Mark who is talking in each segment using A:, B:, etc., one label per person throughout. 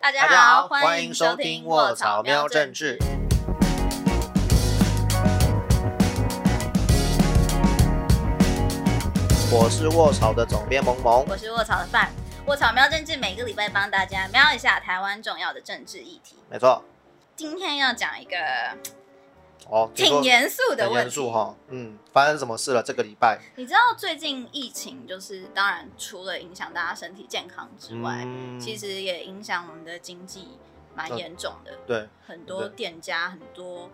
A: 大家好，欢迎收听《卧草喵政治》。我是卧草的总编萌萌，
B: 我是卧草的范。卧草喵政治每个礼拜帮大家瞄一下台湾重要的政治议题。
A: 没错，
B: 今天要讲一个
A: 哦，听说
B: 挺严肃的
A: 很
B: 问
A: 严
B: 题
A: 肃。哈，嗯，发生什么事了？这个礼拜，
B: 你知道最近疫情就是，当然除了影响大家身体健康之外，
A: 嗯
B: 其实也影响我们的经济蛮严重的。
A: 对
B: 很多
A: 对
B: 店家、很多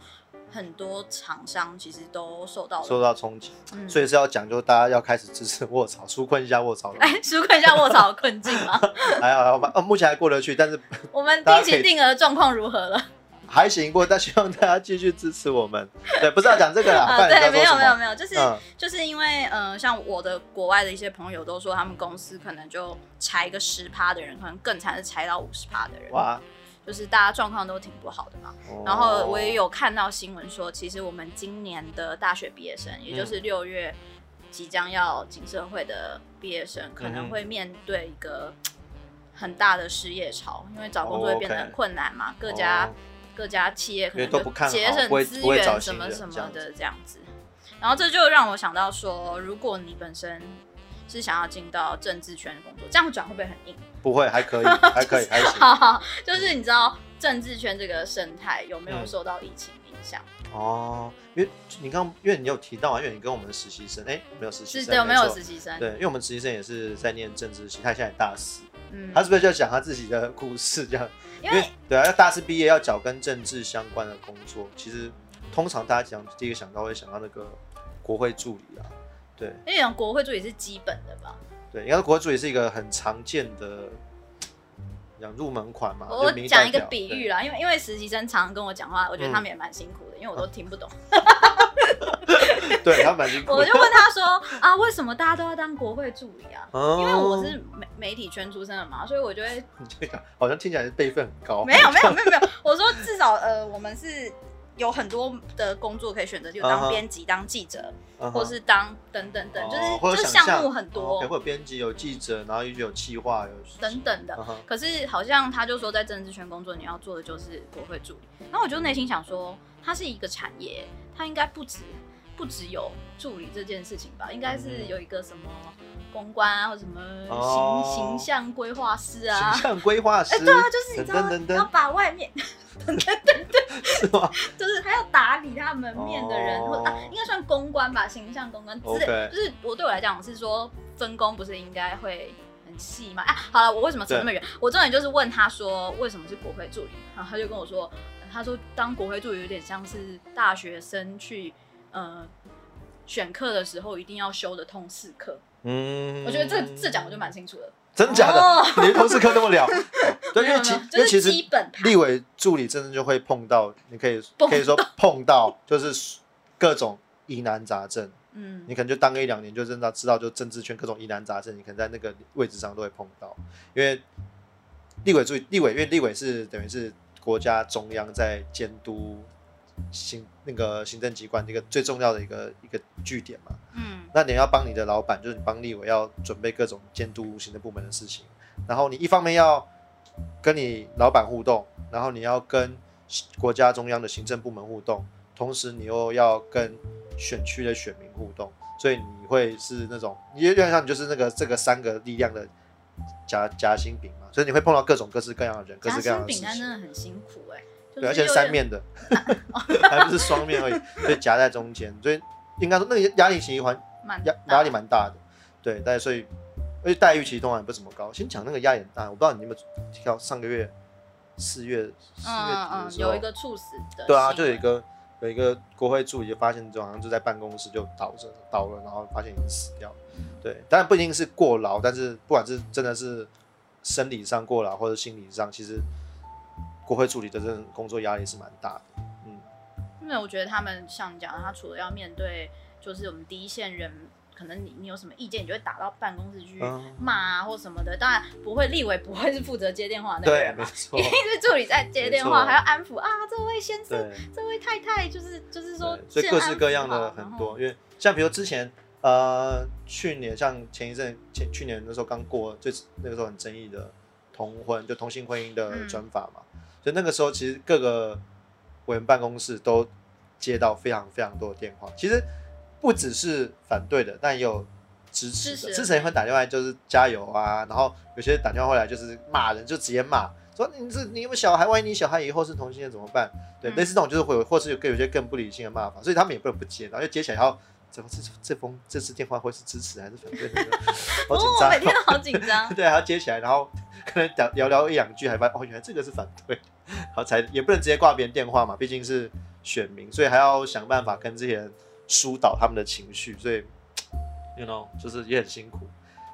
B: 很多厂商其实都受到了，
A: 受到冲击，
B: 嗯
A: 所以是要讲究大家要开始支持卧草，纾困一下卧草 了。
B: 来纾哎困一下卧槽的困境 吗？
A: 还好还好吧，呃，目前还过得去，但是
B: 我们
A: 大
B: 定
A: 家可以
B: 期定额状况如何了？
A: 还行过，但希望大家继续支持我们。对，不是要讲这个啦，不
B: 啊，
A: 然你
B: 对，
A: 在
B: 没
A: 说
B: 有
A: 什
B: 没有
A: 么？
B: 没有，就是、
A: 嗯
B: 就是因为呃，像我的国外的一些朋友都说，他们公司可能就裁个十趴的人，可能更惨是裁到五十趴的人，
A: 哇，哦
B: 就是大家状况都挺不好的嘛。然后我也有看到新闻说，其实我们今年的大学毕业生，也
A: 嗯
B: 就是六月即将要进社会的毕业生，可
A: 嗯哼
B: 能会面对一个很大的失业潮，因为找工作会变得
A: 哦
B: 很
A: ，OK
B: 困难嘛，各家
A: 哦
B: 各家企业可能
A: 因为都不看
B: 就
A: 好
B: 节省
A: 不会
B: 资
A: 不会
B: 源
A: 找新
B: 什么
A: 人
B: 什
A: 这
B: 么
A: 样
B: 的这样子。然后这就让我想到说，如果你本身是想要进到政治圈工作，这样转会不会很硬？
A: 不会，还可以，还可以，还行。
B: 好好，就是你知道政治圈这个生态有没
A: 嗯
B: 有受到疫情影响？
A: 哦，因为你刚，因为你有提到啊，因为你跟我们的实习生，哎，没有实习
B: 是
A: 生，
B: 的，没
A: 错
B: 有实习生。
A: 对，因为我们实习生也是在念政治系，他现在大四，
B: 嗯，
A: 他是不是就讲他自己的故事这样？
B: 因为
A: 对啊，要大四毕业要找跟政治相关的工作，其实通常大家讲第一个想到会想到那个国会助理啊，对
B: 因为讲国会助理是基本的吧？
A: 对，应该是国会助理是一个很常见的讲入门款嘛。
B: 我
A: 哦就民意
B: 讲
A: 代
B: 一个
A: 表
B: 比
A: 对
B: 喻啦，因为因为实习生常常跟我讲话，我觉
A: 嗯哦
B: 得他们也蛮辛苦的，因为我都听不懂。
A: 对，他蛮辛苦 的。
B: 我就问他说啊，为什么大家都要当国会助理啊？
A: 哦，
B: 因为我是媒媒体圈出身的嘛，所以我就会
A: 你这个好像听起来是辈分很高。
B: 没有没有没有没有，我说至少呃，我们是有很多的工作可以选择，就
A: 嗯哼
B: 当编辑、当记者，
A: 嗯哼，
B: 或是当等等等，就
A: 哦或
B: 是
A: 者
B: 就是
A: 想
B: 项目很
A: 哦
B: 多
A: ，OK，会有编辑，有记者，然后有企划，有
B: 等等的。
A: 嗯哼
B: 可是好像他就说，在政治圈工作，你要做的就是国会助理。然后我就内心想说，它是一个产业，它应该不止不只有助理这件事情吧，应该
A: 嗯
B: 是有一个什么公关啊，或什么形、
A: 哦
B: 形象规划师啊
A: 形。象规划师，
B: 哎，对啊，就是你知道，
A: 等等等
B: 要把外面，
A: 是吗？
B: 就是他要打理他门面的人，
A: 哦
B: 或啊，应该算公关吧，形象公关之类。
A: OK
B: 就是我对我来讲是说分工不是应该会很细吗？啊，好了，我为什么扯那么远？我重点就是问他说为什么是国会助理，然后他就跟我说，呃他说当国会助理有点像是大学生去呃选课的时候一定要修的通识课。
A: 嗯
B: 我觉得这这讲我就蛮清楚了，
A: 真假的，
B: 哦
A: 你的同事课那 么聊，对，因
B: 没有
A: 为
B: 没
A: 其
B: 有
A: 因为
B: 就
A: 其
B: 是基
A: 实
B: 本盘
A: 立委助理真正就会碰到，你可以
B: 碰
A: 可以说碰到就是各种疑难杂症，
B: 嗯
A: 你可能就当个一两年就真的知道，就政治圈各种疑难杂症，你可能在那个位置上都会碰到，因为立委助理立委，因为立委是等于是国家中央在监督行那个行政机关的一个最重要的一个一个据点嘛，
B: 嗯
A: 那你要帮你的老板，就是你帮立委要准备各种监督行政部门的事情，然后你一方面要跟你老板互动，然后你要跟国家中央的行政部门互动，同时你又要跟选区的选民互动，所以你会是那种，你有点像你就是那个这个三个力量的夹夹心饼嘛，所以你会碰到各种各式各样的人，各
B: 夹
A: 式各样
B: 心
A: 的事
B: 饼啊干真
A: 情。
B: 的很辛苦哎、就
A: 对，而
B: 是
A: 且是
B: 又
A: 三
B: 有
A: 面的， 还不是双面而已，所以夹在中间，所以应该说那个压力其实环
B: 蛮
A: 压
B: 大
A: 压力蛮大的，对，但所以而且待遇其实通常也不怎么高。先讲那个压力很大，我不知道你有没有听到上个月四月四月
B: 嗯
A: 底的
B: 嗯
A: 时候，
B: 有一个猝死的
A: 对啊，
B: 新
A: 就有一
B: 闻
A: 个有一个国会助理就发现就好像就在办公室就倒着倒了，然后发现已经死掉了。对，当然不一定是过劳，但是不管是真的是生理上过劳或者心理上，其实国会助理的这种工作压力是蛮大的。嗯，
B: 因为我觉得他们像你讲的，他除了要面对就是我们第一线人，可能你你有什么意见，你就会打到办公室去
A: 嗯
B: 骂啊或什么的。当然不会，立委不会是负责接电话的那个
A: 对，
B: 人
A: 没
B: 嘛，
A: 错
B: 一，定是助理在接电
A: 没错
B: 话，还要安抚啊这位先生、
A: 对。
B: 这位太太，就是就是说
A: 对所以
B: 先
A: 各
B: 安
A: 式
B: 抚
A: 各样
B: 好
A: 的很。多，因为像比如之前呃去年像前一阵前去年那时候刚过最那个时候很争议的同婚就同性婚姻的
B: 嗯
A: 专法嘛，所以那个时候其实各个委员办公室都接到非常非常多的电话，其实不只是反对的，但也有。支持的
B: 支持的
A: 支持人会打电话来就是加油啊，然后有些打电话回来就是骂人，就直接骂说你这你有没有小孩，万一你小孩以后是同性恋怎么办？对，
B: 嗯
A: 类似这种就是会有，或是有更有些更不理性的骂法，所以他们也不能不接，然后又接起来要这这这封这次电话会是支持还是反对的呢？好
B: 哦，
A: 紧
B: 我
A: 张
B: 每天
A: 哦、 。
B: 都好紧张
A: 对，还要接起来，然后可能聊聊聊一两句，还发现哦，原来这个是反对，然后才也不能直接挂别人电话嘛，毕竟是选民，所以还要想办法跟这些人疏导他们的情绪，所以 you know 就是也很辛苦。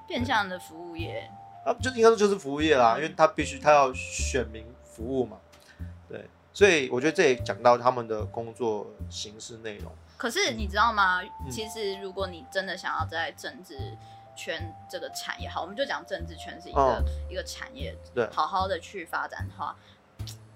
B: 变相的服务业，
A: 啊，就应该说就是服务业
B: 嗯
A: 啦，因为他必须他要选民服务嘛，对，所以我觉得这也讲到他们的工作形式内容，
B: 可是你知道吗？
A: 嗯
B: 其实如果你真的想要在政治圈这个产业，好，我们就讲政治圈是一个、
A: 嗯
B: 一个产业，
A: 对
B: 好好的去发展的话，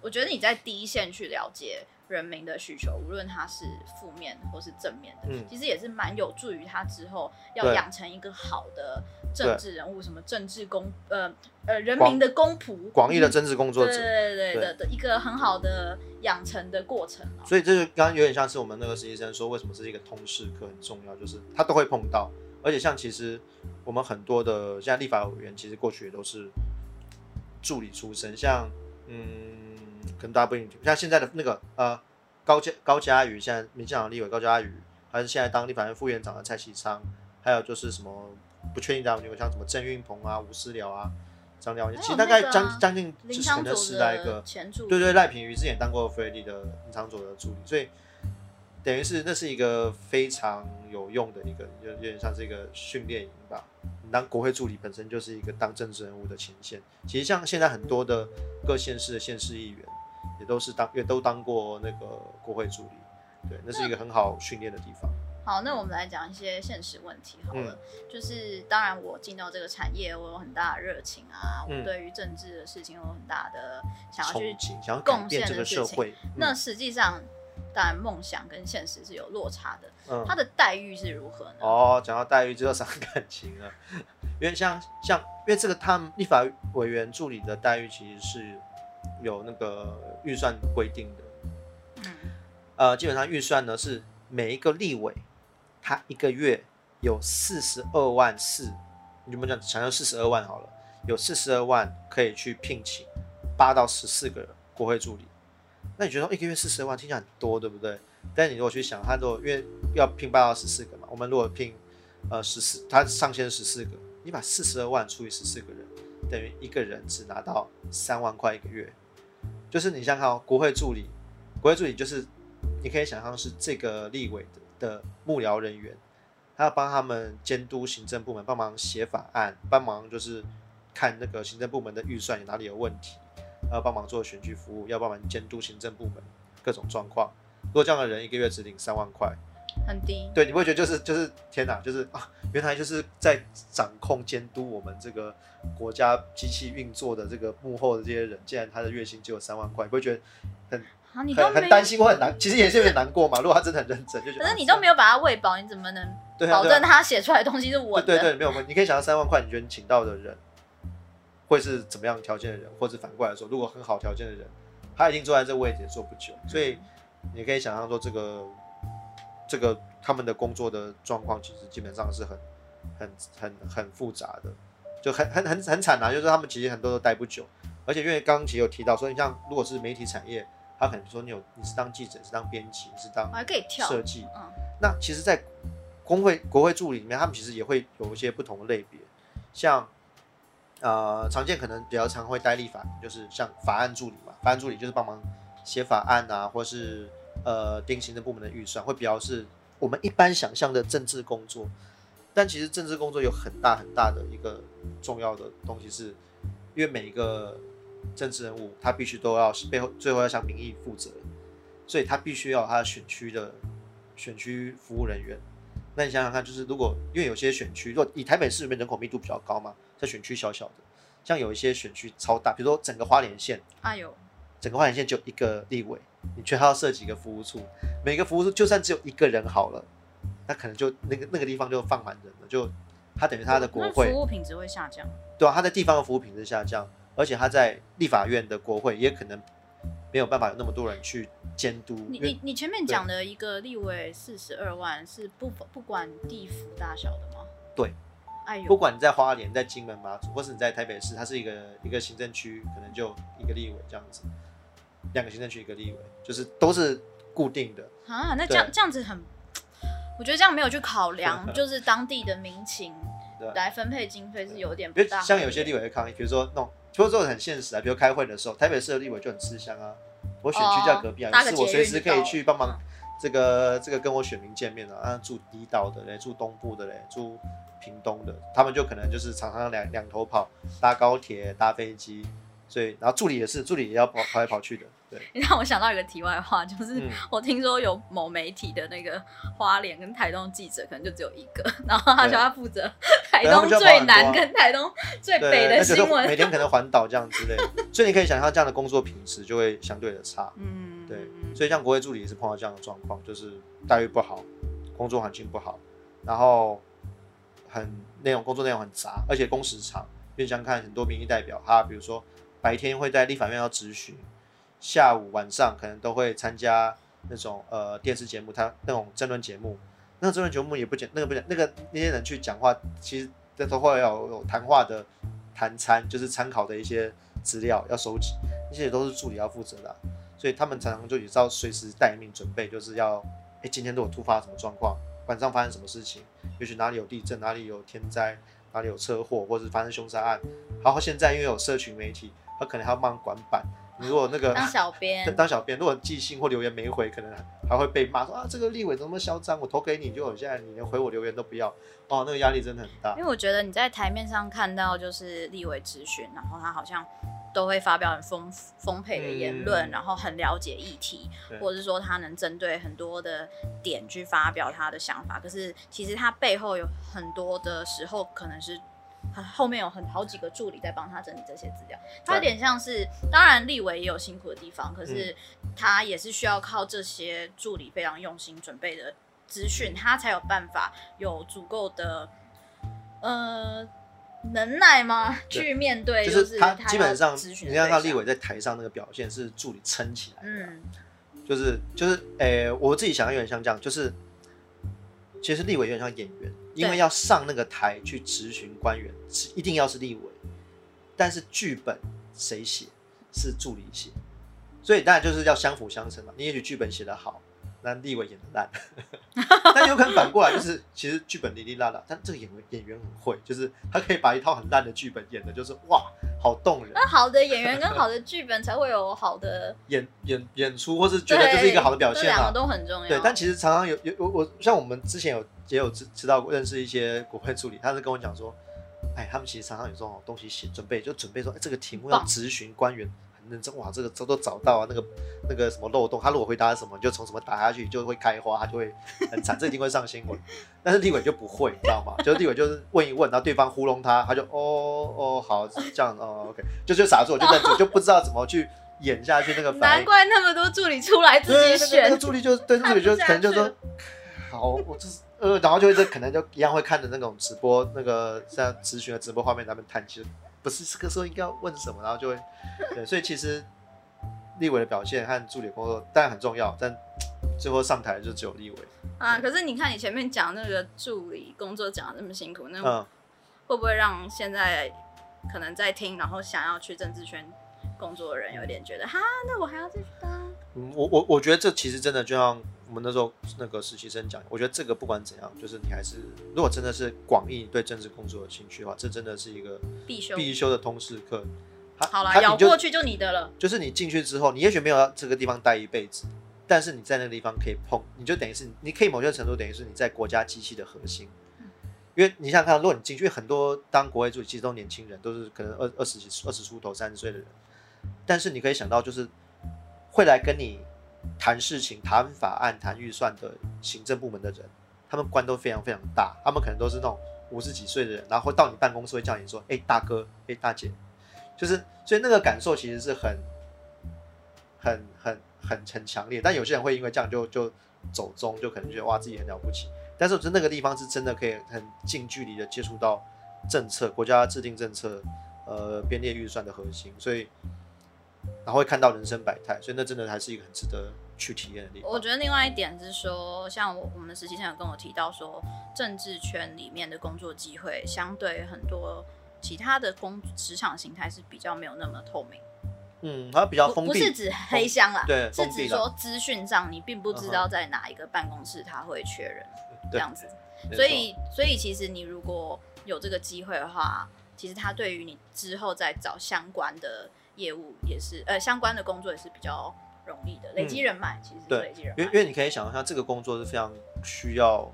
B: 我觉得你在第一线去了解人民的需求，无论它是负面或是正面的，
A: 嗯
B: 其实也是蛮有助于他之后要
A: 对
B: 养成一个好的政治人物，什么政治公呃呃人
A: 广
B: 民的公仆，
A: 广义的
B: 嗯
A: 政治工作
B: 对
A: 者，
B: 对对对
A: 对
B: 的的一个很好的养成的过程啊。
A: 所以这就刚刚有点像是我们那个实习生说，为什么是一个通识课很重要，就是他都会碰到，而且像其实我们很多的现在立法委员，其实过去也都是助理出身，像嗯，可能大家不一定像现在的那个呃高嘉高嘉瑜，现在民进党的立委高嘉瑜，还是现在当立法院副院长的蔡其昌，还有就是什么不确定大家有没有像什么郑运鹏啊、吴思辽啊、张廖，其实大
B: 还
A: 概
B: 有那个
A: 将
B: 啊
A: 将近就
B: 林
A: 是可
B: 昌啊
A: 能
B: 佐
A: 十来个
B: 的。前助理
A: 对对，赖品妤之前当过 f r e d d y 的隐藏组的助理，所以等于是那是一个非常有用的一个，有有点像是一个训练营吧。你当国会助理本身就是一个当政治人物的前线。其实像现在很多的各县市的县市议员，也都是当也都当过那个国会助理，对，那是一个很好训练的地方。
B: 好，那我们来讲一些现实问题好了。
A: 嗯
B: 就是当然，我进到这个产业，我有很大的热情啊，
A: 嗯
B: 我对于政治的事情有很大的想要
A: 憧
B: 去。
A: 憬想要改
B: 贡
A: 变
B: 献
A: 这个
B: 的
A: 社
B: 事情，
A: 会，
B: 那
A: 嗯
B: 实际上，当然梦想跟现实是有落差的。
A: 嗯
B: 他的待遇是如何呢？
A: 哦，讲到待遇，这就伤感情了， 因为像像因为这个他们立法委员助理的待遇其实是有那个预算规定的，
B: 嗯，
A: 呃，基本上预算呢是每一个立委他一个月有四十二万四，你们讲想要四十二万好了，有四十二万可以去聘请八到十四个国会助理。那你觉得一个月四十万听起来很多，对不对？但你如果去想，他如果因为要聘八到十四个嘛，我们如果聘呃十四，他上限十四个，你把四十二万除以十四个人，等于一个人只拿到三万块一个月。就是你想想看、哦，国会助理，国会助理就是你可以想象是这个立委的的幕僚人员，他要帮他们监督行政部门，帮忙写法案，帮忙就是看那个行政部门的预算有哪里有问题，要帮忙做选举服务，要帮忙监督行政部门各种状况。如果这样的人一个月只领三万块，
B: 很低。
A: 对，你不会觉得就是就是天哪，就是啊，原来就是在掌控监督我们这个国家机器运作的这个幕后的这些人，竟然他的月薪只有三万块，你不会觉得
B: 啊，你都
A: 很
B: 没
A: 很
B: 有，
A: 担心或很难，其实也是有点难过嘛。如果他真的很认真，就觉得啊
B: 可是你都没有把他喂饱，你怎么能
A: 对啊
B: 保
A: 对啊
B: 证他写出来的东西是稳的？
A: 对对对，没有问题。你可以想到三万块，你觉得你请到的人会是怎么样条件的人，或者反过来说，如果很好条件的人，他已经坐在这位置也坐不久，所以你可以想象说，这个这个他们的工作的状况，其实基本上是很很很很复杂的，就很很很很惨啊，就是他们其实很多都待不久，而且因为刚刚其实有提到说，你像如果是媒体产业，他可能说你有你是当记者，你是当编辑，你是当
B: 我还可以跳。
A: 设计。
B: 嗯
A: 那其实，在工会国会助理里面，他们其实也会有一些不同的类别，像呃常见可能比较常会待立法，就是像法案助理嘛，法案助理就是帮忙写法案啊，或是呃定行政部门的预算，会比较是我们一般想象的政治工作。但其实政治工作有很大很大的一个重要的东西是，因为每一个政治人物他必须都要背后最后要向民意负责，所以他必须要有他的选区的选区服务人员。那你想想看，就是如果因为有些选区，如果以台北市里面人口密度比较高嘛，在选区小小的，像有一些选区超大，比如说整个花莲县，
B: 哎呦，
A: 整个花莲县只有一个立委，你却还要设几个服务处，每个服务处就算只有一个人好了，那可能就那个那个地方就放满人了，就他等于他的国
B: 那
A: 会
B: 服务品质会下降。
A: 对啊，它在地方的服务品质下降，而且他在立法院的国会也可能没有办法有那么多人去监督。
B: 你
A: 因为
B: 你你前面讲的一个立委四十二万是不不管地府大小的吗？
A: 对，
B: 哎
A: 不
B: 呦，
A: 管你在花莲、在金门、马祖，或是你在台北市，它是一个一个行政区，可能就一个立委这样子，两个行政区一个立委，就是都是固定的。
B: 啊，那这样
A: 对
B: 这样子很，我觉得这样没有去考量就是当地的民情
A: 对
B: 来分配经费是有点
A: 比
B: 不
A: 如
B: 大合理。
A: 像有些立委会抗议，比如说弄，比如说很现实啊，比如开会的时候，台北市的立委就很吃香啊，我选区就在隔壁啊，
B: 哦搭
A: 于
B: 个
A: 是我
B: 捷
A: 随
B: 运就
A: 时可以
B: 到嗯
A: 去
B: 了
A: 帮忙这个这个跟我选民见面啊，啊住离岛的嘞，住东部的嘞，住屏东的，他们就可能就是常常两两头跑，搭高铁搭飞机，所以然后助理也是，助理也要跑跑来跑去的，对，
B: 你让我想到一个题外话，就是
A: 嗯
B: 我听说有某媒体的那个花莲跟台东记者，可能就只有一个，然后他
A: 对
B: 就要负责台
A: 对他
B: 东
A: 们就要跑
B: 最
A: 很多啊
B: 南跟台东最北
A: 对，那
B: 的
A: 就是
B: 新闻
A: 每。天可能环岛这样之类的， 所以你可以想象这样的工作品质就会相对的差。
B: 嗯，
A: 对，所以像国会助理也是碰到这样的状况，就是待遇不好，工作环境不好，然后很内容工作内容很杂，而且工时长。因为想看很多民意代表，他比如说白天会在立法院要质询，下午晚上可能都会参加那种呃电视节目，他那种争论节目，那个争论节目也不简，那个不简，那个那些人去讲话，其实这都会有有谈话的谈参，就是参考的一些资料要收集，那些也都是助理要负责的啊、所以他们常常就也是要随时待命准备，就是要，哎、今天如果突发什么状况，晚上发生什么事情，也许哪里有地震，哪里有天灾，哪里有车祸，或者是发生凶杀案，然后现在因为有社群媒体，他可能还要帮忙管板，你如果那个
B: 当小
A: 对
B: 编，
A: 当小编，如果寄信或留言没回，可能还会被骂说啊，这个立委怎么那么嚣张？我投给你，就现在你连回我留言都不要，哦，那个压力真的很大
B: 因。为我觉得你在台面上看到就是立委咨询，然后他好像都会发表很丰丰沛的言论，
A: 嗯
B: 然后很了解议题
A: 对，
B: 或者是说他能针对很多的点去发表他的想法。可是其实他背后有很多的时候可能是。很后面有很好几个助理在帮他整理这些资料，他有
A: 对嗯
B: 点像是，当然立委也有辛苦的地方，可是他也是需要靠这些助理非常用心准备的资讯，他才有办法有足够的呃能耐吗？
A: 对
B: 去面对，
A: 就是他
B: 要
A: 基本上
B: 咨，询
A: 你
B: 的
A: 看到
B: 对
A: 立
B: 象
A: 委，在台上那个表现是助理撑起来的啊、
B: 嗯，
A: 就是就是，诶、我自己想的有点像这样，就是其实立委有点像演员，因为要上那个台去质询官员，是一定要是立委，但是剧本谁写是助理写，所以当然就是要相辅相成嘛。你也许剧本写得好，那立委演的烂， 但有可能反过来就是，其实剧本哩哩啦啦，但这个演员演员很会，就是他可以把一套很烂的剧本演的，就是哇，好动人。，
B: 那好的演员跟好的剧本才会有好的
A: 演演演出，或是觉得这是一个好的表
B: 对
A: 现
B: 这两个。
A: 啊
B: 都很重要。
A: 对，但其实常常有有我我像我们之前有也有知知道过认识一些国会助理，他是跟我讲说，哎，他们其实常常有这种东西写准备，就准备说，哎，这个题目要
B: 棒
A: 咨询官员很认真，哇，这个这都找到啊，那个那个什么漏洞，他如果回答什么，你就从什么打下去，就会开花，他就会 很惨，这一定会上新闻。但是立委就不会，你知道吗？就是立委就是问一问，然后对方糊弄他，他就哦哦好这样哦 OK，就就傻住，就愣住，就不知道怎么去演下去那个反
B: 难
A: 应。
B: 怪那么多助理出来自己
A: 对那个那
B: 选
A: 个，助理就对助理就
B: 看不下
A: 可能就
B: 去
A: 说，好，我就是呃，然后就会就可能就一样会看着那种直播那个像咨询的直播画面，他们叹气，不是这个时候应该要问什么，然后就会对，所以其实立委的表现和助理工作当然很重要，但最后上台就只有立委，
B: 啊，可是你看你前面讲那个助理工作讲的那么辛苦，那
A: 嗯，
B: 会不会让现在可能在听，然后想要去政治圈工作的人有点觉得，哈，那我还要再去当？
A: 嗯，我我我觉得这其实真的就像我们那时候那个实习生讲，我觉得这个不管怎样，就是你还是如果真的是广义对政治工作有兴趣的话，这真的是一个
B: 必修
A: 必修的通识课。它
B: 好
A: 它
B: 啦，
A: 啊你
B: 咬
A: 就
B: 过去就你的了。
A: 就是你进去之后，你也许没有要这个地方待一辈子，但是你在那个地方可以碰，你就等于是你可以某些程度等于是你在国家机器的核心。因为你想想看，如果你进去，因为很多当国会助理其实都年轻人，都是可能二二十几、二十出头、三十岁的人，但是你可以想到，就是会来跟你谈事情、谈法案、谈预算的行政部门的人，他们官都非常非常大，他们可能都是那种五十几岁的人，然后到你办公室会叫你说：“哎、大哥，哎、大姐。”就是所以那个感受其实是很很很很很强烈，但有些人会因为这样就就走中，就可能觉得哇自己很了不起。但是我觉得那个地方是真的可以很近距离的接触到政策，国家制定政策，呃编列预算的核心，所以然后会看到人生百态，所以那真的还是一个很值得去体验的地方。
B: 我觉得另外一点是说，像我我们实习生有跟我提到说，政治圈里面的工作机会相对很多其他的工职场形态是比较没有那么透明，
A: 嗯，好像比较
B: 不
A: 封
B: 不
A: 闭，
B: 是指黑箱啦，
A: 对，
B: 是
A: 封
B: 指
A: 闭
B: 说
A: 的，
B: 资讯上你并不知道在哪一个办公室他会缺人这
A: 对，
B: 样子，
A: 没
B: 所
A: 错
B: 以所以其实你如果有这个机会的话，其实他对于你之后再找相关的业务也是呃相关的工作也是比较容易的，累积人脉、其实是
A: 嗯对
B: 累积人
A: 因为
B: 脉
A: 因。为你可以想象，这个工作是非常需要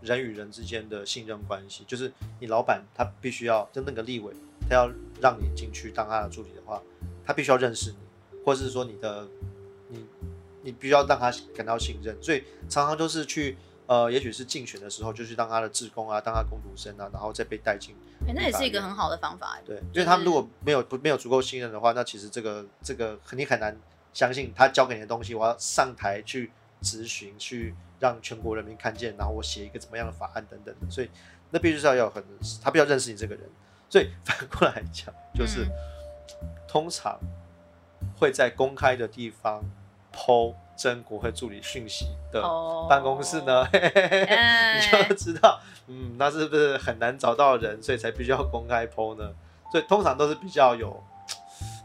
A: 人与人之间的信任关系，就是你老板他必须要就那个立委，他要让你进去当他的助理的话，他必须要认识你，或是说你的你你必须要让他感到信任，所以常常就是去。呃，也许是竞选的时候，就去当他的志工啊，当他工读生啊，然后再被带进。
B: 哎、那也是一个很好的方法、
A: 对，
B: 就
A: 因为他们
B: 是
A: 如果没有不没有足够信任的话，那其实这个这个你很难相信他教给你的东西，我要上台去咨询，去让全国人民看见，然后我写一个怎么样的法案等等的，所以那必须是要有很他必须要认识你这个人，所以反过来讲，就是、
B: 嗯
A: 通常会在公开的地方剖真国会助理讯息的
B: 哦
A: 办公室呢，嘿嘿嘿嘿
B: 哎、
A: 你就知道，嗯，那是不是很难找到人，所以才必须要公开 PO 呢？所以通常都是比较有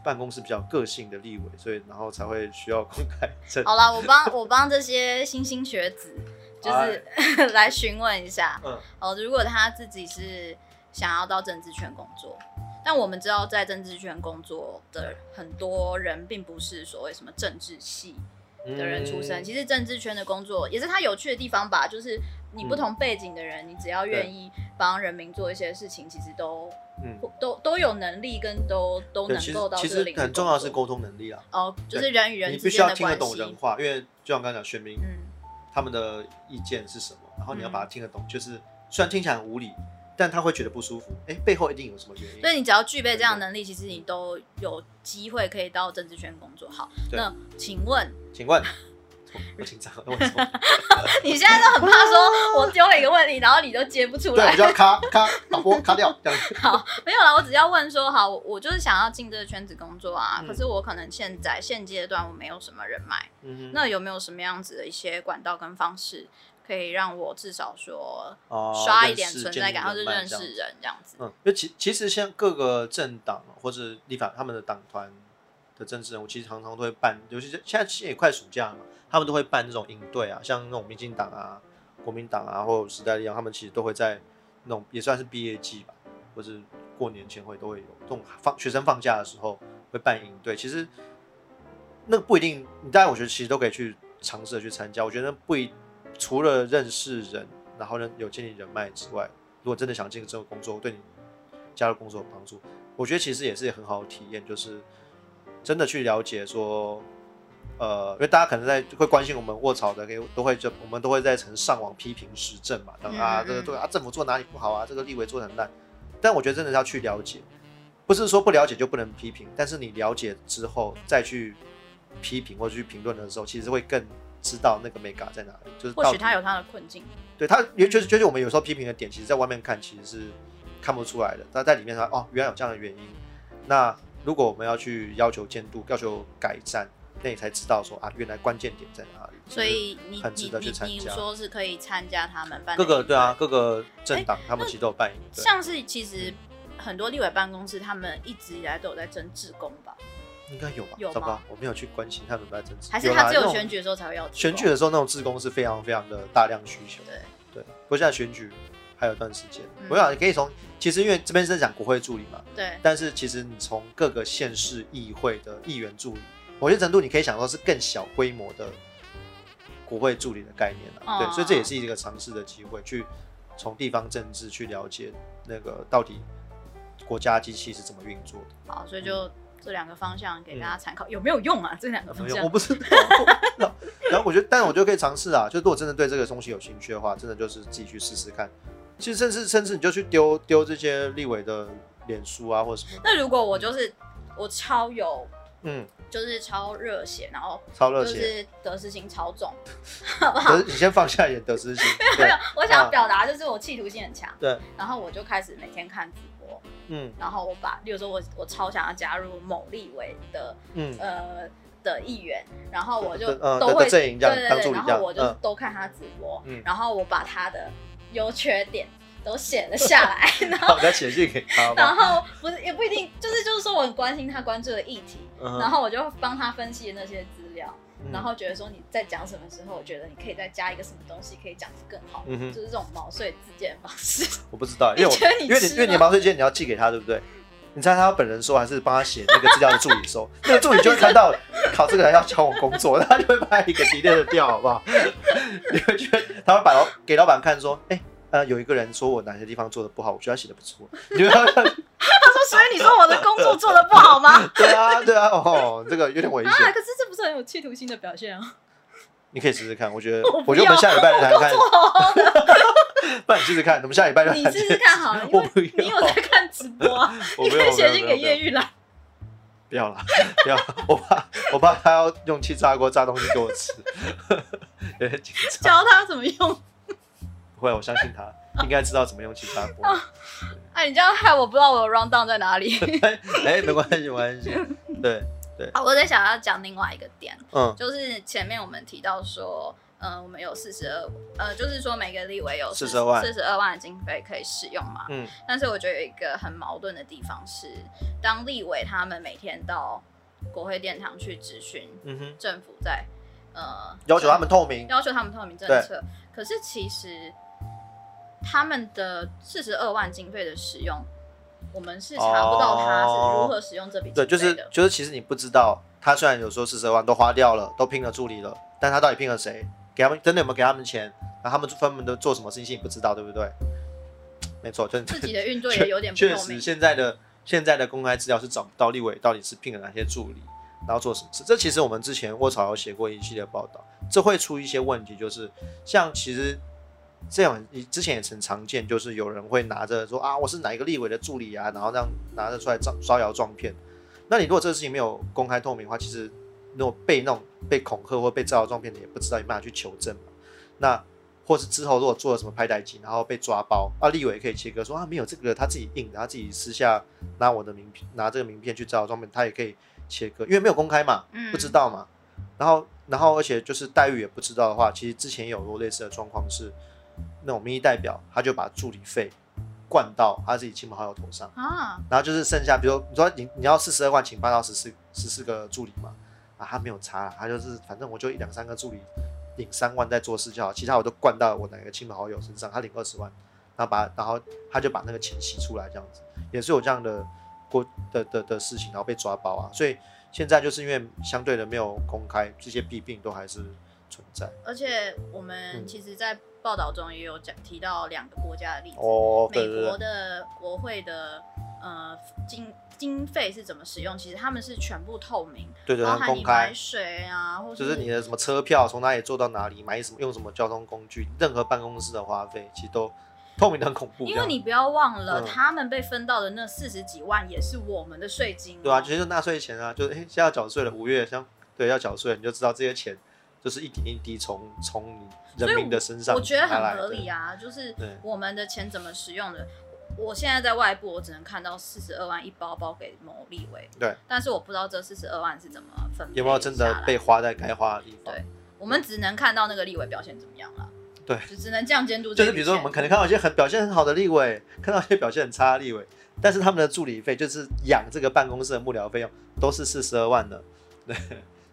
A: 办公室比较有个性的立委，所以然后才会需要公开证。
B: 好啦，我帮我帮这些新兴学子，就是
A: 哎
B: 来询问一下，
A: 嗯
B: 哦，如果他自己是想要到政治圈工作，但我们知道在政治圈工作的很多人并不是所谓什么政治系的人出身，
A: 嗯
B: 其实政治圈的工作也是他有趣的地方吧，就是你
A: 嗯
B: 不同背景的人，你只要愿意帮人民做一些事情，其实都
A: 嗯，
B: 都都有能力跟都都
A: 对，
B: 能
A: 其实
B: 够到
A: 其
B: 这个领
A: 实
B: 域
A: 很重要的是
B: 工
A: 沟通能力啊，
B: 作哦，就是人与人
A: 你
B: 之
A: 必须
B: 间
A: 要
B: 的
A: 听得
B: 关
A: 懂
B: 系
A: 人，话，因为就像刚刚讲选民
B: 嗯。
A: 他们的意见是什么，然后你要
B: 嗯
A: 把它听得懂，就是虽然听起来很无理，但他会觉得不舒服，哎、背后一定有什么原因。
B: 所以你只要具备这样的能力，其实你都有机会可以到政治圈工作。好，
A: 对
B: 那请问
A: 请问， 我紧张，我紧张。
B: 你现在都很怕说我丢了一个问题，然后你都接不出
A: 哦对，我
B: 来
A: 就？要咔咔把播咔掉，这样子。
B: 没有啦，我只要问说，好，我我就是想要进这个圈子工作啊，
A: 嗯
B: 可是我可能现在现阶段我没有什么人脉，
A: 嗯哼
B: 那有没有什么样子的一些管道跟方式，可以让我至少说
A: 哦
B: 刷一
A: 认
B: 点
A: 识
B: 存
A: 建
B: 在
A: 立
B: 感，或
A: 人
B: 是
A: 脉
B: 认
A: 这样
B: 识人这样子？
A: 嗯，因为其其实像各个政党啊或者立法他们的党团的政治人物，其实常常都会办，尤其是现在其实也快暑假了嘛，他们都会办那种营队啊，像那种民进党啊、国民党啊，或者时代力量，他们其实都会在那种也算是毕业季吧，或者过年前会都会有这种放学生放假的时候会办营队，其实那个不一定，你大家我觉得其实都可以去尝试的去参加。我觉得不一除了认识人，然后呢有建立人脉之外，如果真的想进这个工作，对你加入工作有帮助，我觉得其实也是很好的体验，就是真的去了解说。呃，因为大家可能在会关心我们卧槽的，给都会就我们都会在层上网批评时政嘛，然后啊
B: 嗯嗯
A: 这个对啊政府做哪里不好啊，这个立委做得很烂，但我觉得真的是要去了解，不是说不了解就不能批评，但是你了解之后再去批评或者去评论的时候，其实会更知道那个 mega 在哪里。就是
B: 或
A: 到
B: 许
A: 底
B: 他有他的困境，
A: 对他，也就是就是我们有时候批评的点，其实在外面看其实是看不出来的，但在里面他哦，原来有这样的原因。那如果我们要去要求监督、要求改善，那你才知道说啊，原来关键点在哪里。
B: 所以你
A: 很值
B: 你
A: 得去
B: 你
A: 参
B: 你
A: 加
B: 说是可以参加他们办
A: 各
B: 的
A: 个
B: 营
A: 对啊
B: 队，
A: 各个政党他们其实都有扮演
B: 哎
A: 对。
B: 像是其实很多立委办公室，他们一直以来都有在征志工吧？
A: 应该有吧？
B: 有吗
A: 糟糕，我没有去关心他们在政治，
B: 还是他只
A: 啦
B: 有
A: 那种
B: 选举的时候才会要志
A: 选
B: 工
A: 举？的时候，那种志工是非常非常的大量需求。
B: 对
A: 对，不过现在选举还有一段时间，
B: 嗯
A: 我想你可以从其实因为这边是在讲国会助理嘛，
B: 对，
A: 但是其实你从各个县市议会的议员助理，某些程度你可以想说是更小规模的国会助理的概念了、
B: 哦
A: 对，所以这也是一个尝试的机会，去从地方政治去了解那个到底国家机器是怎么运作的。
B: 好，所以就这两个方向给大家参考，有没有用啊？这两个
A: 怎么
B: 方
A: 用？
B: 向
A: 嗯 我，不知道。我不知道然后我觉得，但我觉得可以尝试啊。就如果真的对这个东西有兴趣的话，真的就是自己去试试看。其实甚至甚至你就去丢丢这些立委的脸书啊，或者什么的。
B: 那如果我就是我超有，
A: 嗯，
B: 就是超热血，然后
A: 超热
B: 就
A: 血。
B: 是得失心超重，
A: 得你先放下一点得失心。
B: 没
A: 对
B: 有，我想要表达就是我企图心很强，
A: 对，
B: 然后我就开始每天看直播，
A: 嗯
B: 然后我把，例如说我我超想要加入某立委的
A: 嗯，
B: 呃的议员，然后我就
A: 的呃
B: 都
A: 的
B: 会、
A: 的阵营这样
B: 对
A: 当
B: 对
A: 助
B: 对，
A: 理
B: 然
A: 这样
B: 后我就
A: 嗯
B: 都看他直播，
A: 嗯
B: 然后我把他的优缺点都写了下 来，然后
A: 我再写信给他
B: 然
A: 嘛。
B: 后不是也不一定，就是就是说我很关心他关注的议题，
A: 嗯哼
B: 然后我就帮他分析那些资料，
A: 嗯
B: 然后觉得说你在讲什么时候，我觉得你可以再加一个什么东西可以讲得更好，
A: 嗯哼
B: 就是这种毛遂自荐的方式。
A: 我不知道，因为我
B: 你觉得你
A: 因为你
B: 吃
A: 因为你
B: 吗
A: 毛遂自荐你要寄给他，对不对？你猜他本人收还是帮他写那个资料的助理 收？那个助理就会看到，靠，这个人要教我工作， 他就会拍一个敌对的调，好不 好？你会觉得他会把老给老板看说，哎、呃，有一个人说我哪些地方做的不好，我觉得他写的不错， 你觉得？
B: 他说：“所以你说我的工作做得不好吗？”
A: 对啊，对啊，哦，这个有 点危险，
B: 啊，可是这不是很有企图心的表现啊！
A: 你可以试试看。我觉得
B: 我，不
A: 我觉得我们
B: 要
A: 下礼拜来谈看，
B: 好好的，
A: 不然你试试看，我们下礼拜 就
B: 你
A: 谈
B: 试
A: 这
B: 试看好了，因
A: 我
B: 为
A: 不
B: 你有在看直播啊，
A: 我
B: 你可以
A: 没有没有
B: 写信
A: 没有
B: 给
A: 没有
B: 叶玉兰。
A: 不要了， 不要啦，我怕我怕他要用气炸锅炸东西给我吃， 有点紧张。
B: 教他怎么用。
A: 不会，我相信他应该知道怎么用气炸锅。
B: 哎，你这样害我不知道我的 round down 在哪里。
A: 哎，没关系，没关 系。对，
B: 啊，我在想要讲另外一个点，
A: 嗯
B: 就是前面我们提到说，呃，我们有四十二，呃，就是说每个立委有
A: 42万
B: 四十二万的经费可以使用嘛。
A: 嗯
B: 但是我觉得有一个很矛盾的地方是，当立委他们每天到国会殿堂去质询
A: 嗯哼，
B: 政府在，呃，
A: 要求他们透明。
B: 要求他们透明政策。可是其实他们的四十二万经费的使用，我们是查不到他是如何使用这笔经
A: 哦对，
B: 费的。
A: 就是就是，其实你不知道，他虽然有说四十万都花掉了，都拼了助理了，但他到底拼了谁？给他们真的有没有给他们钱？然后他们分门都做什么事情，你不知道，对不对？没错，就是
B: 自己的运作
A: 确
B: 也有点不
A: 确
B: 透
A: 实，
B: 明。
A: 现在的现在的公开资料是找不到立委到底是聘了哪些助理，然后做什么事。这其实我们之前卧槽有写过一系列报道，这会出一些问题，就是像其实这样，你之前也很常见，就是有人会拿着说啊，我是哪一个立委的助理啊，然后这样拿着出来招招摇撞骗。那你如果这个事情没有公开透明的话，其实如果被那种被恐吓或被招摇撞骗的，也不知道有没有办法去求证嘛。那或是之后如果做了什么拍台机，然后被抓包，啊，立委也可以切割说啊，没有这个他自己印的，他自己私下拿我的名片，拿这个名片去招摇撞骗，他也可以切割，因为没有公开嘛，
B: 嗯
A: 不知道嘛。然后，然后而且就是待遇也不知道的话，其实之前也有过类似的状况是，那种民意代表他就把助理费灌到他自己亲朋好友头上。
B: 啊，
A: 然后就是剩下，比如你说你你要四十二万，请八到十四十四个助理嘛，啊，他没有差啦，他就是反正我就一两三个助理领三万在做事就好，其他我都灌到我哪个亲朋好友身上，他领二十万，然后把然后他就把那个钱洗出来这样子，也是有这样的过的的的事情，然后被抓包啊，所以现在就是因为相对的没有公开，这些弊病都还是存在
B: 而且我们
A: 嗯
B: 其实，在报道中也有讲提到两个国家的例子，
A: 哦，对
B: 美
A: 对
B: 国
A: 对，
B: 的国会的呃经经费是怎么使用，其实他们是全部透明，
A: 对对
B: 包
A: 很
B: 含
A: 公
B: 你
A: 开
B: 买。水啊，或
A: 就是你的什么车票从哪里坐到哪里，买什么用什么交通工具，任何办公室的花费，其实都透明的很恐怖。
B: 因
A: 这
B: 为
A: 样
B: 你不要忘了，
A: 嗯
B: 他们被分到的那四十几万也是我们的税金、哦
A: 对啊，其实就纳税钱啊，就是哎、诶现在要缴税了，五月像对要缴税，你就知道这些钱就是一点一滴从从你人民的身上
B: 我觉得
A: 拿来
B: 很
A: 的
B: 合理。啊，就是
A: 对
B: 我们的钱怎么使用的。我现在在外部，我只能看到四十二万一包包给某立委，
A: 对，
B: 但是我不知道这四十二万是怎么分配
A: 有没有真
B: 下
A: 的
B: 来
A: 被花在该花的地方
B: 对？我们只能看到那个立委表现怎么样了。
A: 对，
B: 就只能这样监督这
A: 就
B: 笔钱。
A: 是比如说，我们可能看到一些很表现很好的立委，看到一些表现很差的立委，但是他们的助理费就是养这个办公室的幕僚费用都是四十二万的，对，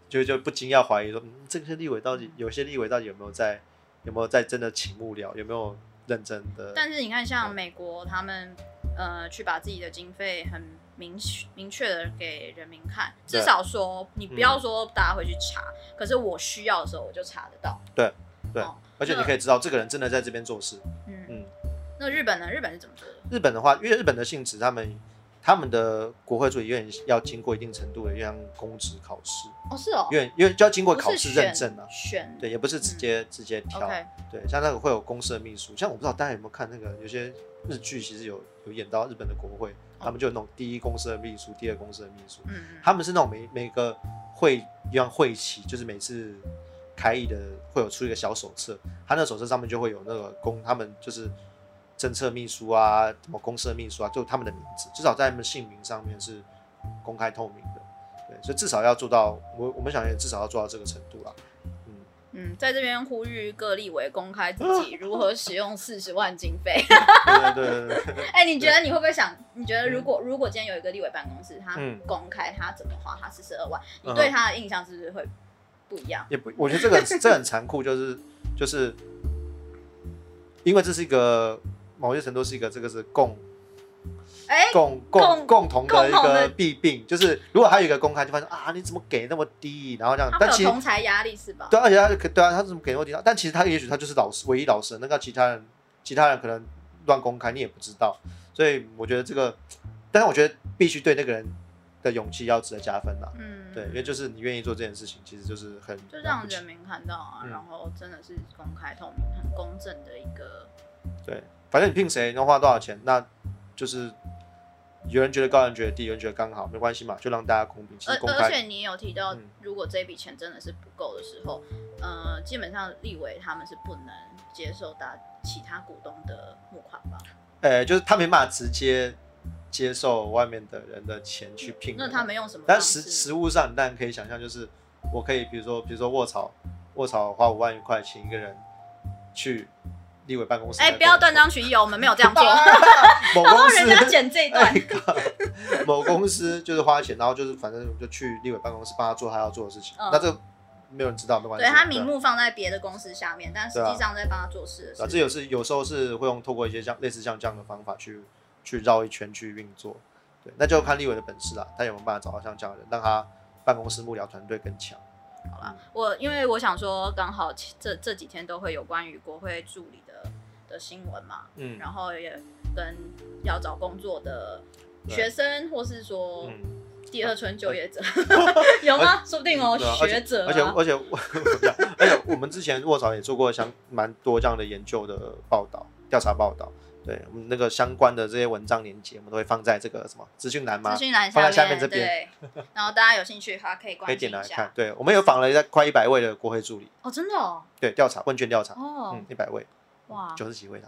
A: 就就不禁要怀疑说，嗯，这些立委到底有些立委到底有没有在有没有在真的请幕僚，有没有认真的？
B: 但是你看，像美国他们呃，去把自己的经费很明确明确的给人民看，
A: 对
B: 至少说你不要说大家会去查，可是我需要的时候我就查得到。
A: 对对
B: 哦
A: 而且你可以知道这个人真的在这边做事。
B: 嗯
A: 嗯
B: 那日本呢？日本是怎么做的？
A: 日本的话，因为日本的性质，他们他们的国会助理院要经过一定程度的，就像公职考试，
B: 哦，是哦，
A: 因为因为就要经过
B: 不
A: 考
B: 是
A: 试
B: 选
A: 认证啊，
B: 选
A: 对，也不是直接、直接挑。
B: OK，
A: 对，像那个会有公司的秘书，像我不知道大家有没有看那个，有些日剧其实有有演到日本的国会，他们就有那种第一公司的秘书、第二公司的秘书，
B: 嗯，嗯
A: 他们是那种每每个会一样会期，就是每次开议的会有出一个小手册，他那手册上面就会有那个公他们就是政策秘书啊，什么公社秘书啊，就他们的名字，至少在他们姓名上面是公开透明的。对，所以至少要做到，我我们想也至少要做到这个程度啦。
B: 嗯，在这边呼吁各立委公开自 己如何使用四十万经费。
A: 对对对对对，
B: 哎、你觉得你会不会想？你觉得如果、如果今天有一个立委办公室，他
A: 嗯
B: 公开他怎么花他四十二万，
A: 嗯
B: 你
A: 哼
B: 对他的印象是不是会不一样？
A: 也不，我觉得这个这很残酷，就是就是，因为这是一个某些程度是一个这个是共
B: 哎、
A: 共共
B: 共
A: 共同的一
B: 共同
A: 个
B: 的
A: 弊病，就是如果他有一个公开，就发现啊你怎么给那么低，然后这样
B: 他，们
A: 啊但
B: 有
A: 其实
B: 同财压力是吧？
A: 对，而且他可对啊，他怎么给那么低？但其实他也许他就是老师唯一老师，那个其他人其他人可能乱公开，你也不知道，所以我觉得这个，但是我觉得必须对那个人的勇气要值得加分啦。
B: 嗯，
A: 对，因为就是你愿意做这件事情，其实就是很
B: 就
A: 了
B: 让
A: 不起
B: 人民看到啊，
A: 嗯
B: 然后真的是公开透明、很公正的一个，
A: 对，反正你聘谁，能花多少钱，那就是有人觉得高，有人觉得低，有人觉得刚好，没关系嘛，就让大家公平，其
B: 而
A: 实公
B: 而且
A: 开。
B: 你有提到
A: 嗯，
B: 如果这笔钱真的是不够的时候，呃，基本上立委他们是不能接受打其他股东的募款吧？
A: 呃，就是他没办法直接接受外面的人的钱去聘
B: 那
A: 人啊
B: 他们用什么方
A: 但
B: 式？
A: 实实物上，你当然可以想象，就是我可以，比如说，比如说卧槽，卧槽花五万块请一个人去立委办公室。
B: 哎、不要断章取义哦，我们没有这 样做。
A: 某
B: 然后
A: 公
B: 人家
A: 司，
B: 剪 这一段，
A: 哎某公司就是花钱，然后就是反正就去立委办公室帮他做他要做的事情。
B: 嗯
A: 那这个没有人知道，没关系。
B: 对他
A: 啊
B: 名目放在别的公司下面，但实际上在帮他做事的时
A: 啊，
B: 候，
A: 这有是有时候是会用透过一些像类似像这样的方法去去绕一圈去运作，对，那就看立委的本事啦，他有没有办法找到像这样的人，让他办公室幕僚团队更强。
B: 好啦，我因为我想说，刚好这这几天都会有关于国会助理的的新闻嘛，
A: 嗯
B: 然后也跟要找工作的
A: 对
B: 学生，或是说
A: 嗯，
B: 第二春就 业者， 有吗？说不定哦，
A: 对啊而且
B: 学者、啊
A: 而且而且我 而且我们之前卧槽也做过相蛮多这样的研究的报道调查报道，对，我们那个相关的这些文章连接，我们都会放在这个什么资讯栏吗
B: 资？讯栏
A: 放在下面
B: 面
A: 这边
B: 对， 然后大家有兴趣的话可以关
A: 可以
B: 心
A: 点
B: 一
A: 来
B: 下
A: 看，。对我们有访了在快一百位的国会助理，
B: 哦，真的哦，
A: 对调查问卷调查，
B: 哦，
A: 嗯，一百位，
B: 哇，
A: 九十几位啦。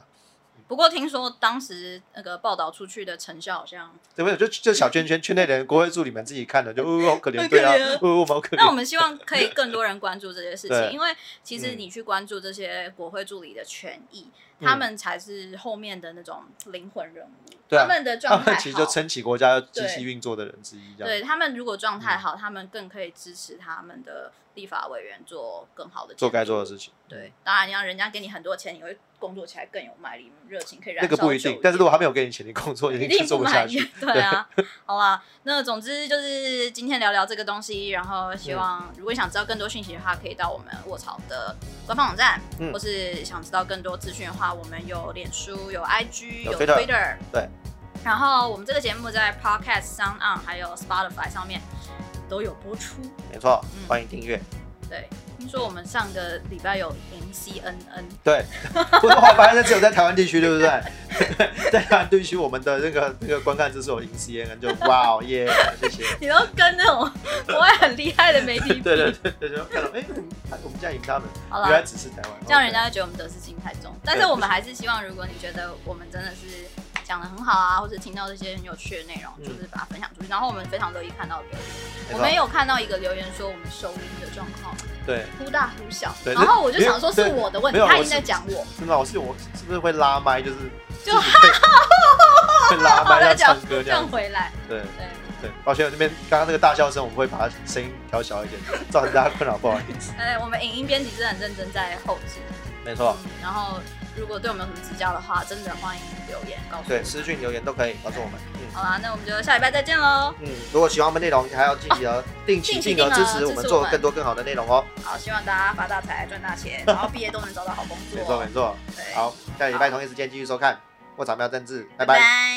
B: 不过听说当时那个报道出去的成效好像，
A: 对不对？就就小圈圈圈内的人，国会助理们自己看的，就呜、好可怜，对啊
B: 很可怜，哦
A: 呜、我们好可
B: 那我
A: 怜。
B: 们希望可以更多人关注这些事
A: 对
B: 情，因为其实
A: 嗯
B: 你去关注这些国会助理的权益，
A: 嗯
B: 他们才是后面的那种灵魂人物，
A: 对啊
B: 他们的
A: 他
B: 状态
A: 们其实就
B: 好，
A: 撑起国家机器运作的人之一，这样
B: 对他们如果状
A: 嗯
B: 态好，他们更可以支持他们的立法委员做更好的
A: 做该
B: 建筑
A: 做的。事情。嗯
B: 对，当然你让人家给你很多钱，你会工作起来更有卖力、热情，可以燃
A: 那
B: 烧
A: 个不一
B: 旧
A: 定，但是如
B: 业
A: 果他没有给你钱，你工作
B: 一
A: 定
B: 定
A: 做
B: 不
A: 下
B: 满意
A: 去。，
B: 对啊，好吧。那总之就是今天聊聊这个东西，然后希望如果想知道更多讯息的话，可以到我们卧槽的官方网站，
A: 嗯
B: 或是想知道更多资讯的话，我们有脸书、有 IG、
A: 有 Twitter
B: Twitter，
A: 对。
B: 然后我们这个节目在 Podcast、s o n On 还有 Spotify 上面都有播出。
A: 没错
B: 嗯，
A: 欢迎订阅。
B: 对，听说我们上个礼拜有赢 CNN，
A: 对， 不过华白那只有在台湾地区，对 不对？在台湾地区，我们的那个那个观看指数有赢 CNN，就哇哦耶，谢谢。
B: 你都跟那种国外很厉害的媒体比，
A: 对对对对，就看到哎，我们家赢他们，
B: 好
A: 原来
B: 了。
A: 只是台湾，
B: 这样
A: OK
B: 人家就觉得我们得失心太重。但是我们还是希望，如果你觉得我们真的是讲的很好啊，或者听到这些很有趣的内容，
A: 嗯
B: 就是把它分享出去。然后我们非常乐意看到留言。我
A: 没错
B: 们也有看到一个留言说我们收音的状况
A: 对。
B: 忽大忽小，
A: 对
B: 然后我就想说
A: 没
B: 是
A: 有
B: 我的问题，
A: 没有
B: 他
A: 我
B: 一
A: 是
B: 直在讲我。
A: 是吗？我是我是不是会拉麦？就是
B: 就
A: 自己会会拉麦
B: 好
A: 要
B: 了
A: 唱歌这
B: 这样
A: 样。
B: 回来，
A: 对
B: 对，
A: 对，抱歉，我这边刚刚那个大笑声，我们会把声音调小一点，造成大家困扰，不好意思。
B: 哎，我们影音编辑真的很认真在后置。
A: 没错，
B: 嗯然后如果对我们有什么指教的话，真的欢迎留言告诉我
A: 对，
B: 们。
A: 私讯留言都可以告诉我们。嗯
B: 好啦，那我们就下礼拜再见喽。
A: 嗯，如果喜欢我们内容，还要记得定期
B: 定期
A: 定额
B: 定额
A: 支持我
B: 支
A: 们
B: 持
A: 做
B: 我们
A: 更多更好的内容哦。
B: 好，希望大家发大财、赚大钱，然后毕业都能找到好工作。
A: 没错没错，
B: 对，
A: 好，下礼拜同一时间继续收看《卧槽妙政治》，拜
B: 拜
A: 拜。
B: 拜